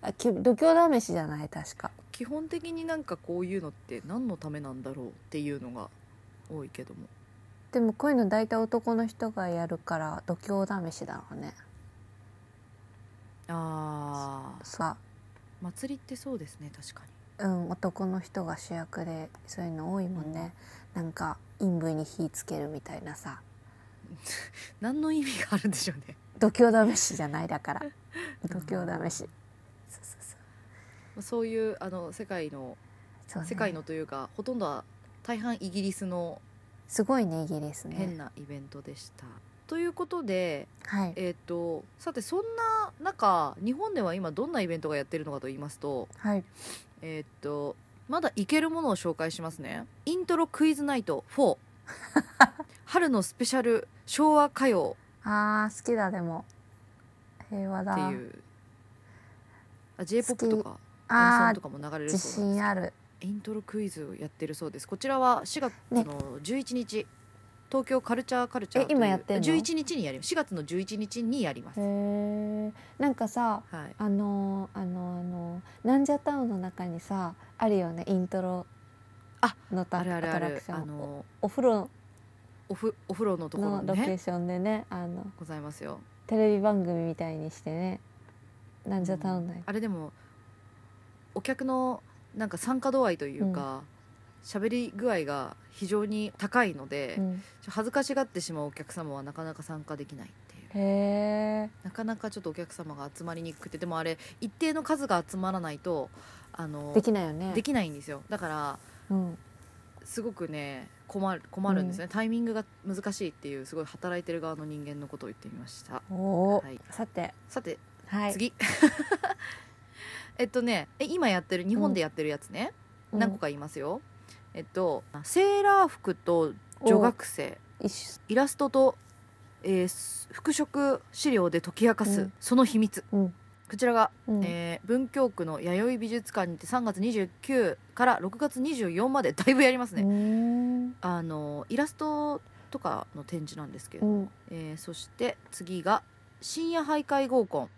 D: あき度胸試しじゃない確か
C: 基本的になんかこういうのって何のためなんだろうっていうのが多いけども
D: でもこういうの大体男の人がやるから度胸試しだろうね
C: あー
D: さ
C: 祭りってそうですね確かに
D: うん、男の人が主役でそういうの多いもんね、なんか陰部に火つけるみたいなさ
C: 何の意味があるんでしょうね (laughs)
D: 度胸試しじゃないだから度胸試しそうそうそう
C: まあそういうあの世界の
D: そうね
C: 世界のというかほとんどは大半イギリスの
D: すごいねイギリスね
C: 変なイベントでした。ということで、
D: はい
C: えー、とさてそんな中日本では今どんなイベントがやってるのかと言いますと,、
D: はい
C: えー、とまだ行けるものを紹介しますね「イントロクイズナイト4」春のスペシャル昭和歌謡
D: あー好きだでも平和だ
C: っていうあ j p o p とか演
D: あ
C: 奏
D: ー
C: とかも流れる
D: 自
C: そうなんです
D: 信ある
C: イントロクイズをやってるそうですこちらは4月
D: ね
C: の11日、東京カルチャーカルチャー
D: え今やってんの
C: という11日にやります4月の11日にやります
D: へえんかさ
C: はい、
D: あのあのあのなんじゃタウンの中にさあるよねイントロ
C: あ
D: のた
C: あるあるあ
D: アトラ
C: る
D: クショ
C: あ
D: ン
C: の
D: お風呂
C: おふお風呂のところ
D: の
C: に
D: ロケー
C: ね
D: ションでねあの
C: ございますよ
D: テレビ番組みたいにしてねなんじゃタウン内、
C: あれでもお客のなんか参加度合いというか喋、り具合が非常に高いので、
D: うん
C: ちょ恥ずかしがってしまうお客様はなかなか参加できないっていう
D: へえ
C: なかなかちょっとお客様が集まりにくくてでもあれ一定の数が集まらないとあの
D: できないよね
C: できないんですよだから
D: うん、
C: すごくね困る困るんですね、タイミングが難しいっていうすごい働いてる側の人間のことを言ってみました
D: おー
C: はい
D: さて
C: さて
D: はい
C: 次 (laughs) えっとねえ今やってる日本でやってるやつね、何個か言いますよ、えっとセーラー服と女学生
D: うん一緒
C: イラストと、えーす服飾資料で解き明かす、
D: うん
C: その秘密、
D: うん
C: こちらが、
D: うん
C: えー文京区の弥生美術館にて3月29から6月24までだいぶやりますね、
D: うーん
C: あのイラストとかの展示なんですけれど
D: う
C: も
D: ん
C: えーそして次が深夜徘徊合コン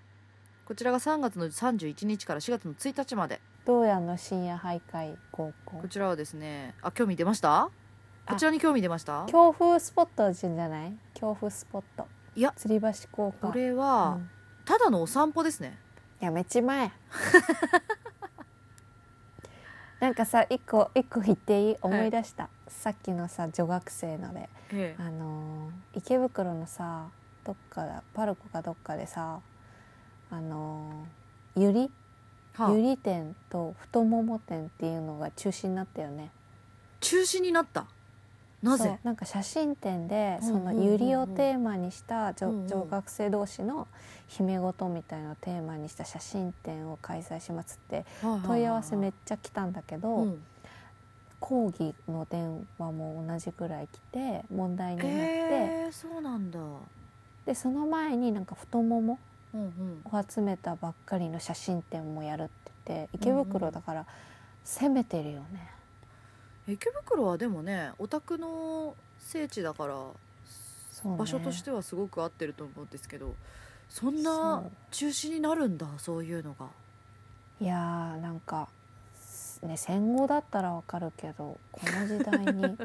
C: こちらが3月の31日から4月の1日まで
D: どうやの深夜徘徊合コ
C: こ
D: ン
C: ちらはですねあ興味出ましたこちらに興味出ました
D: 強風スポットじゃない強風スポット
C: いや
D: 吊り橋効果
C: これは
D: うん
C: ただのお散歩ですね
D: やめちまえ (laughs) なんかさ一個一個言っていい思い出した、さっきのさ女学生ので
C: え
D: あのー池袋のさどっかだパルコかどっかでさあのーゆり
C: えは
D: ゆ
C: あ、
D: り店と太もも店っていうのが中止になったよね
C: 中止になったな
D: そう
C: ぜ
D: なんか写真展でそ
C: うんうん
D: の
C: うんうん
D: ユリをテーマにした女,、
C: うんうん
D: 女学生同士の秘め事みたいなのをテーマにした写真展を開催しますって問い合わせめっ
C: ち
D: ちゃ来たんだけど、
C: ゃうん
D: 抗議の電話も同じくらい来て問題になって、
C: えー、そうなんだ、
D: でその前になんか太もも
C: うんうん、
D: を集めたばっかりの写真展もやるって言って池袋だから攻めてるよね。
C: 池袋はでもねオタクの聖地だから
D: そうね
C: 場所としてはすごく合ってると思うんですけどそん
D: そ
C: な
D: う
C: 中止になるんだそういうのが
D: いやーなんか、ね、戦後だったらわかるけどこの時代
C: (laughs)
D: に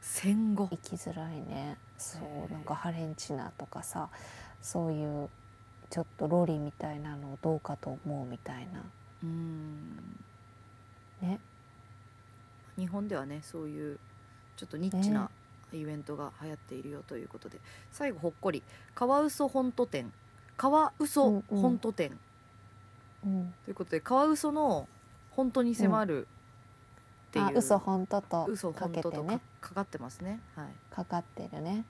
C: 戦後
D: 生きづらいねそ
C: へー
D: うなんかハレンチなとかさそういうちょっとロリみたいなのをどうかと思うみたいな
C: うーん
D: ね
C: 日本ではねそういうちょっとニッチなイベントが流行っているよということで、最後ほっこり「カワウソ本都店」「カワウソ本都店」
D: うん、
C: ということでカワウソの本当に迫るっていう、
D: あ嘘本当と
C: 嘘
D: か
C: 本
D: け
C: 当
D: て
C: とか
D: ね
C: かかってますねはい
D: かかってるね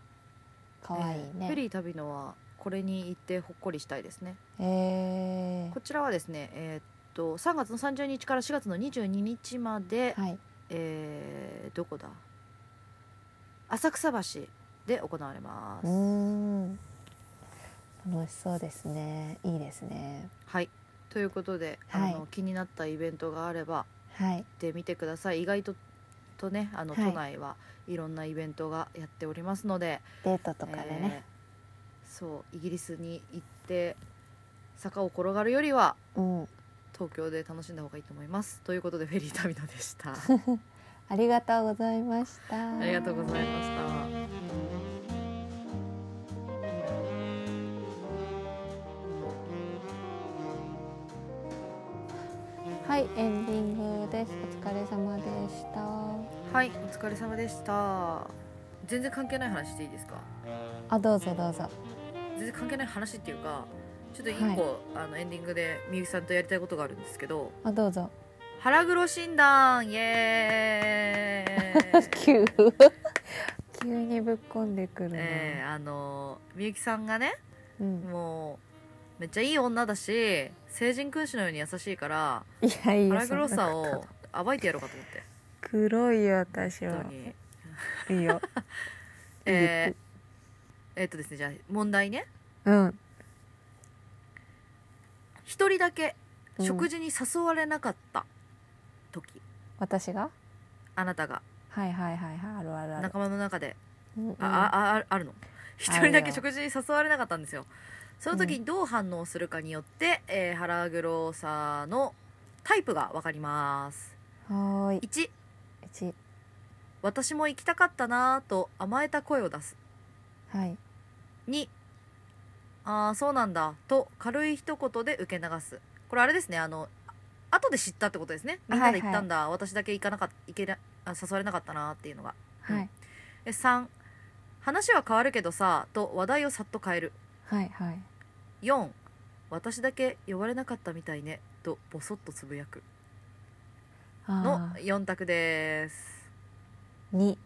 D: かわいい
C: えーフェ
D: ね
C: リー旅のはこれに行ってほっこりしたいですね
D: え
C: こちらはですね、えーっと3月の30日から4月の22日まで、
D: ー、はい
C: えーどこだ浅草橋で行われま
D: う
C: す、
D: ーん楽しそうですねいいですね
C: はいということで、
D: はい
C: あの気になったイベントがあれば
D: はい
C: 行ってみてください意外ととねあの
D: は
C: 都
D: い
C: 内はいろんなイベントがやっておりますので、
D: デートとかでね、
C: えーそうイギリスに行って坂を転がるよりは
D: うん、
C: 東京で楽しんだ方がいいと思いますということでフェリー旅ので
D: (laughs)
C: した。
D: ありがとうございました。
C: ありがとうございました。
D: はい、エンディングです。お疲れ様でした。
C: はい、お疲れ様でした。全然関係ない話していいですか。
D: あ、どうぞどうぞ。
C: 全然関係ない話っていうか、ちょっと一個、あのエンディングでみゆきさんとやりたいことがあるんですけど。
D: あ、どうぞ。
C: 腹黒診断、イエーイ。
D: (laughs) 急。急にぶっこんでくるな。
C: えーあのみゆきさんがね、
D: うん。
C: もうめっちゃいい女だし、成人君子のように優しいから、
D: いやいや。
C: 腹黒さ
D: そんな
C: を
D: こと
C: 暴いてやろうかと思って。
D: 黒いよ私
C: 本
D: は
C: 当。に。
D: いいよ。
C: えーえーっとですね、じゃあ問題ね。
D: うん。
C: 一人だけ
D: うん
C: 食事に誘われなかった時、
D: 私が。
C: あなたが
D: はいはいはいはい。あるあるある。
C: 仲間の中で、
D: うんうん
C: ああああるの一人だけ食事に誘われなかったんですよその時
D: う
C: にどう反応するかによって、えー、腹黒さのタイプが分かります
D: はーい
C: 1
D: 一
C: 私も行きたかったなぁと甘えた声を出す
D: はい
C: 2ああそうなんだと軽い一言で受け流すこれあれですねあのあ後で知ったってことですねみんなで行ったんだ、私だけ行かなかっ行けなあ誘われなかったなっていうのが
D: はい
C: で3話は変わるけどさと話題をさっと変える
D: はいはい
C: 4私だけ呼ばれなかったみたいねとボソッとつぶやくの
D: あー
C: 4択です
D: 二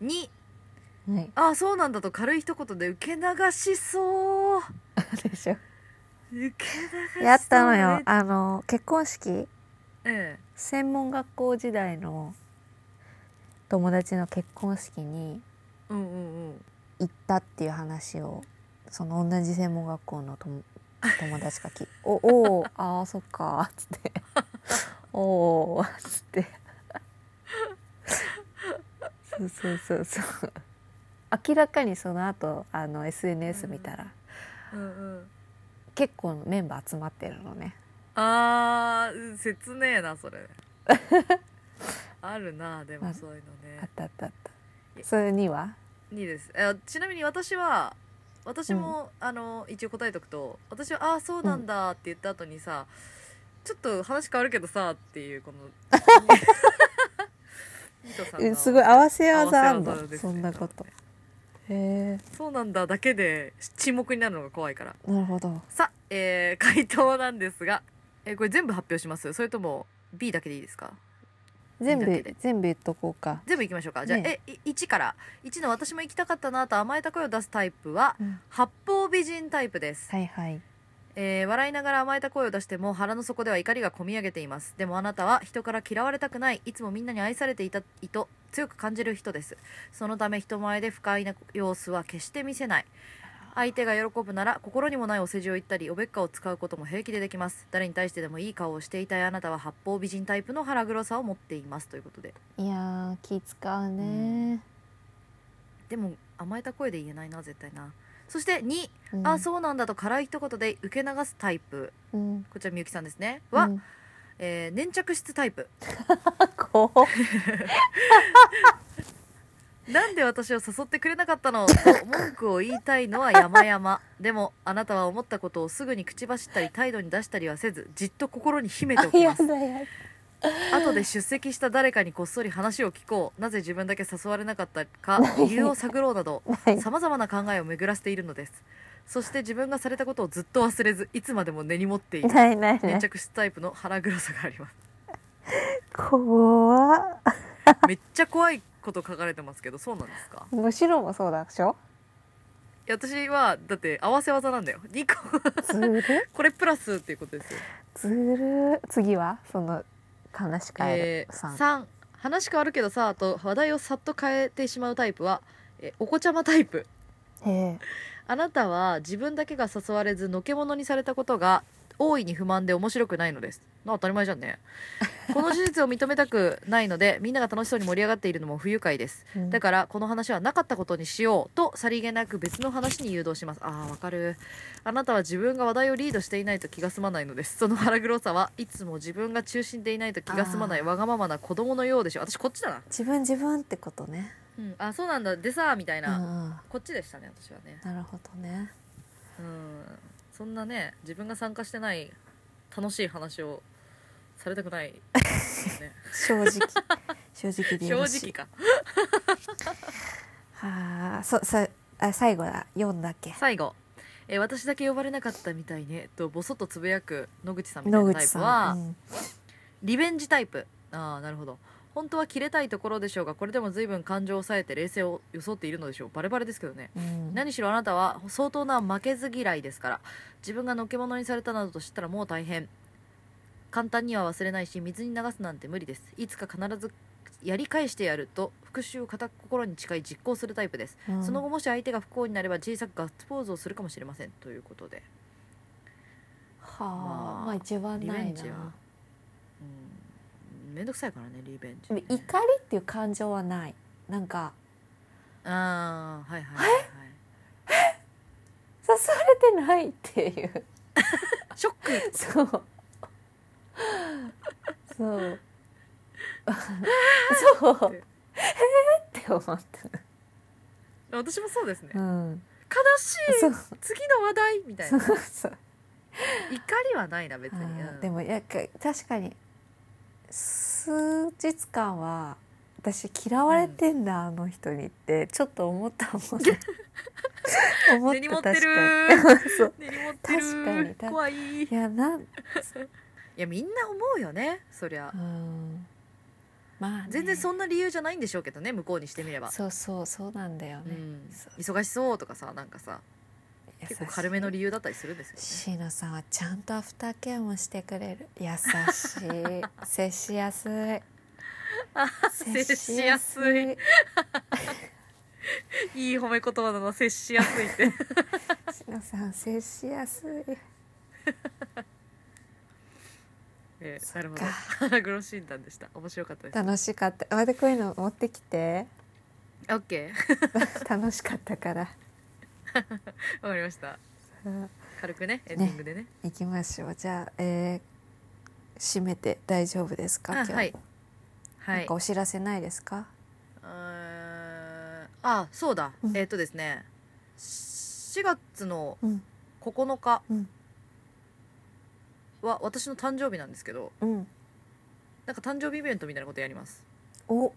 C: 2
D: はい
C: ああそうなんだと軽い一言で受け流しそう
D: で (laughs) しょ
C: 受け流しそう
D: やったのよ
C: ね
D: あの結婚式
C: え
D: 専門学校時代の友達の結婚式に
C: えうんうんうん
D: 行ったっていう話をその同じ専門学校のとも友達がき
C: (laughs)
D: 「おおーあーそっか」っつって「おお」っつってそうそうそうそう明らかにその後あの SNS 見たら
C: うんうん
D: 結構メンバー集まってるのね
C: あー切ねえなそ
D: (laughs)
C: れあるなでも
D: あ
C: そういうのね
D: あったあったあったそれには
C: 2ですえちなみに私は私も、あの一応答えとくと私は「ああそうなんだ」って言った後にさ、ちょっと話変わるけどさってい
D: (laughs)
C: うこのミトさんの
D: えすごい合わせ技あ
C: 合
D: ん
C: わせ
D: だ、
C: 技です
D: そ
C: ね
D: んなことへ
C: そうなんだだけで沈黙になるのが怖いから
D: えなるほど
C: さあ、えー回答なんですが、えーこれ全部発表しますそれとも B だけでいいですか
D: 全
C: いいだけ
D: 部
C: で
D: 全部言っとこうか
C: 全部いきましょうかじゃあ、
D: ね
C: え1から1の私も行きたかったなと甘えた声を出すタイプは
D: うん
C: 八方美人タイプです
D: はいはい
C: えー笑いながら甘えた声を出しても腹の底では怒りがこみ上げていますでもあなたは人から嫌われたくないいつもみんなに愛されていたいと強く感じる人ですそのため人前で不快な様子は決して見せない相手が喜ぶなら心にもないお世辞を言ったりおべっかを使うことも平気でできます誰に対してでもいい顔をしていたいあなたは八方美人タイプの腹黒さを持っていますということで
D: いやー気使うね、
C: でも甘えた声で言えないな絶対なそして2、
D: うん
C: あそうなんだと辛い一言で受け流すタイプ
D: うん
C: こちらみゆきさんですねは、
D: うん、
C: えー粘着質タイプ
D: こう
C: なんで私を誘ってくれな
D: (laughs)
C: かったのと文句を言いたいのは山々でもあなたは思ったことをすぐに口走ったり態度に出したりはせずじっと心に秘めておき
D: や
C: ます
D: だやだ
C: 後で出席した誰かにこっそり話を聞こうなぜ自分だけ誘われなかったか理由を探ろうなど
D: はい
C: さまざまな考えを巡らせているのですそして自分がされたことをずっと忘れずいつまでも根に持っている
D: ないないな
C: 粘
D: い
C: 着質タイプの腹黒さがあります
D: 怖っ
C: めっちゃ怖いこと書かれてますけどそうなんですか
D: むしろもそうだでしょ
C: いや私はだって合わせ技なんだよ2個
D: ずる
C: これプラスっていうことですよ、
D: ずる次はその悲しかえ
C: え
D: る
C: ー、
D: さん、
C: 3話変わるけどさと話題をさっと変えてしまうタイプは、えーお子ちゃまタイプ
D: へ
C: あなたは自分だけが誘われずのけものにされたことが大いに不満で面白くないのですな当たり前じゃんねこの事実を認めたくないのでみんなが楽しそうに盛り上がっているのも不愉快です
D: え
C: だ
D: か
C: からこの話はなかったことにしようとさりげなく別の話に誘導しますあーわかるあなたは自分が話題をリードしていないと気が済まないのですその腹黒さはいつも自分が中心でいないと気が済まない
D: あー
C: わがままな子供のようでしょ私こっちだな、
D: 自分自分ってことね
C: うん、あそうなんだでさーみたい
D: うんう
C: な、
D: ん
C: こっちでしたね私はね
D: なるほどね
C: うんそんなね自分が参加してない楽しい話をされたくない、ね、
D: 正直 (laughs) 正直で
C: 正
D: よろしい
C: 直か
D: はあそさあ最後だ読んだっけ
C: 最後、えー私だけ呼ばれなかったみたいね」とボソッとつぶやく野口さんみたいなタイプは、
D: うん
C: リベンジタイプああなるほど本当は切れたいところでしょうがこれでも随分感情を抑えて冷静を装っているのでしょうバレバレですけどね
D: うん
C: 何しろあなたは相当な負けず嫌いですから自分がのけ者にされたなどと知ったらもう大変簡単には忘れないし水に流すなんて無理ですいつか必ずやり返してやると復讐を固く心に誓い実行するタイプです
D: うん
C: その後もし相手が不幸になれば小さくガッツポーズをするかもしれませんということで
D: はあ、
C: ま
D: ま
C: あ
D: あ、一番
C: リ
D: な
C: ベ
D: い
C: ンジ
D: な
C: はうんめんどくさいからねリベンジ
D: でも
C: ね、
D: 怒りっていう感情はないなんか
C: ああはいはいはい、はい、 (laughs)
D: 誘われてないっていう
C: ショック
D: そう
C: (laughs)
D: そう。そう。えー、って思った。
C: 私もそうですね
D: う
C: 悲
D: ん。
C: し
D: そ。
C: いう次の話題みたい
D: そ
C: な
D: うそう。
C: 怒りはないな別に、
D: あ
C: う
D: ー
C: ん
D: でもいやか確かに数日間は私嫌われてんだ、あの人にってちょっと思った
C: (laughs)
D: もんね思
C: 根に持ってる
D: 確かに (laughs) そう
C: 根に持ってる
D: 確かにた
C: 怖いい
D: いやなん、
C: やみんな思うよねそりゃ
D: うん、まあ、ね、
C: 全然そんな理由じゃないんでしょうけどね向こうにしてみれば、
D: そうそうそうなんだよ
C: う
D: ね、
C: ん
D: そう、
C: 忙しそうとかさなんかさ
D: 優しい
C: 結構軽めの理由だったりするんですよね
D: 椎野さんはちゃんとアフターケアもしてくれる優し
C: (laughs)
D: い接しやすい
C: あ接しやすいいい褒め言葉だな接しやすいって
D: (laughs) 椎野さん接しやすい
C: え
D: そ
C: なる
D: っ
C: ほ
D: か
C: ど (laughs) グロ診断でした面白かったです
D: 楽しかったまたこういうの持ってきて (laughs)
C: オッケ
D: 楽しかったから
C: ーわかりました
D: うん
C: 軽くねエンディングでね
D: 行きましょうじゃあ、えー、締めて大丈夫ですか
C: あ
D: 今日、
C: はいは
D: なん
C: い
D: かお知らせないですか
C: うーんあそうだ、
D: うん
C: えっ、とですね4月の
D: うん
C: 9日
D: うん
C: は私の誕生日なんですけど
D: うん
C: なんか誕生日イベントみたいなことやります
D: お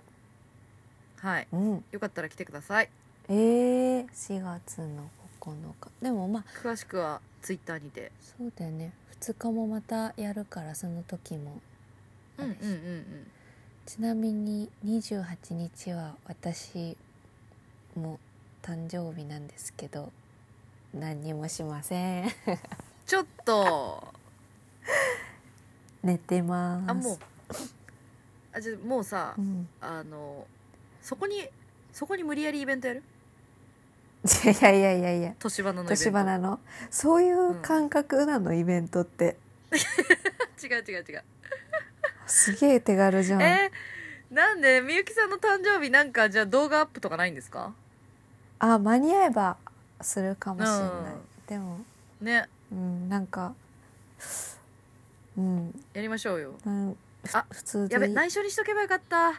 C: はい
D: うん
C: よかったら来てください
D: えー、4月の9日でもまあ
C: 詳しくはツイッターにて
D: そうだよね2日もまたやるからその時も
C: うんうんうんうん
D: ちなみに28日は私も誕生日なんですけど何にもしません (laughs)
C: ちょっと
D: 寝てます
C: あもうあじゃあもうさ
D: うん、
C: あのそこにそこに無理やりイベントやる
D: いやいやいやいや
C: 年花のイベント
D: 年花のそういう感覚なの、イベントって
C: 違う違う違う、
D: すげえ手軽じゃん、
C: えーなんでみゆきさんの誕生日なんかじゃあ動画アップとかないんですか
D: あ間に合えばするかもしれない、
C: うん
D: でも、
C: ね
D: うん、なんかうん
C: やりましょうよ
D: なんふ
C: あ
D: 普通で
C: やべ
D: いい
C: 内緒にしとけばよかった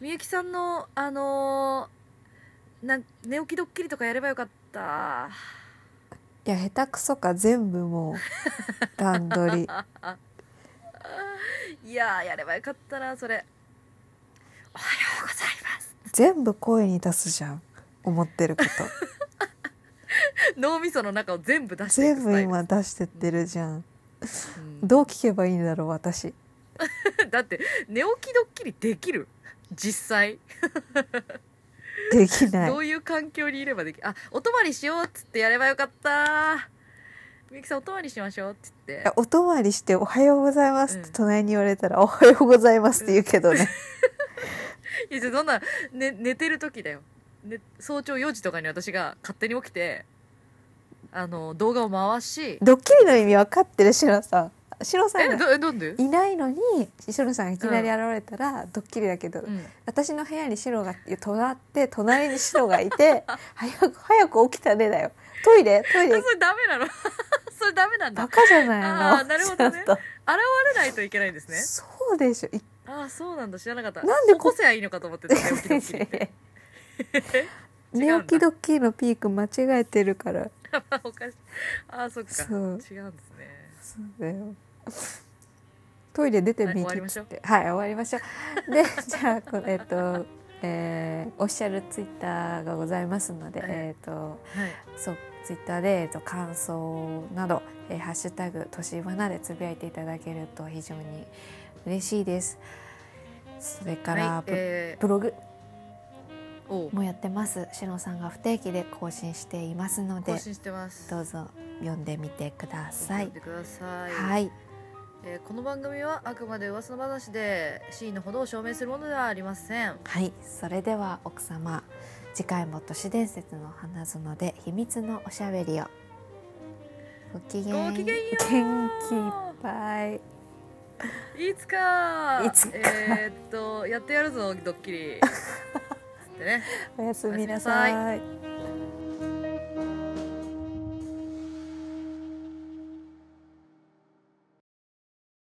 C: みゆきさんのあのーなん寝起きドッキリとかやればよかった (laughs)
D: いや下手くそか全部もう段取り
C: いやーやればよかったなそれおはようございます
D: 全部声に出すじゃん思って
C: (laughs)
D: ること
C: 脳みその中を全部出していく
D: 全
C: スタ
D: 部
C: イル
D: 今出してってるじゃん
C: うん
D: どう聞けばいいんだろう私
C: だって寝起きドッキリできる実際、
D: できない
C: どういう環境にいればできあお泊まりしようっつってやればよかったみゆきさんお泊まりしましょうっつって
D: いやお泊まりして「おはようございます」っ
C: う
D: て
C: ん
D: 隣に言われたら「おはようございます」って言うけどね、
C: いやじゃあそんな、ね、寝てる時だよ、ね、早朝4時とかに私が勝手に起きてあの動画を回し
D: ドッキリの意味分かってるシロさんシロさ
C: え
D: んが
C: どえなんで、
D: いないのにシロさんがいきなり現れたらドッキリだけど、
C: うん、
D: 私の部屋にシロがとって隣にシロがいて (laughs) 「早く早く起きたね」だよトイレトイ
C: それ
D: レ
C: ダメなの (laughs) それダメなんだ
D: バ
C: 現
D: カじゃないの
C: あーなるほどね
D: ちょっ
C: れないといけないんです
D: と
C: ね
D: そうでしょい
C: ああそうなんだ知らなかった
D: なんで
C: 起
D: こ
C: こせばいいのかと
D: (laughs)
C: 思ってた寝起きドッキリって (laughs) 違
D: 寝
C: うんだ
D: 起きドッキリのピーク間違えてるから
C: おかしいああそっか
D: そう
C: 違うんですね
D: そうだよ。トイレ出てみ
C: はい終わりましょう
D: ってはい、終わりましょう。で、 (laughs) じゃあ、これ、えっと、えー、オフィシャルツイッターがございますので、
C: はい
D: えっと、
C: はい
D: そう、ツイッターで、えっと、感想など、えー、ハッシュタグ、年花でつぶやいていただけると非常に嬉しいです。それから、
C: はい、
D: ブ
C: え
D: ブログ
C: ー、おう
D: もやってます。しのさんが不定期で更新していますので
C: 更、新してます。
D: どうぞ読んでみてくださ
C: 送っ
D: い。
C: てください。
D: はい。
C: えーこの番組はあくまで噂の話で真意のほどを証明するものではありません。
D: はい、それでは奥様次回も都市伝説の花園で秘密のおしゃべりをごきげん
C: ごきげんよ
D: 元
C: う
D: 気いっぱい
C: いつか
D: いつか (laughs)
C: えーっとやってやるぞドッキリ。でね。
D: おやすみなさ
C: おやすみない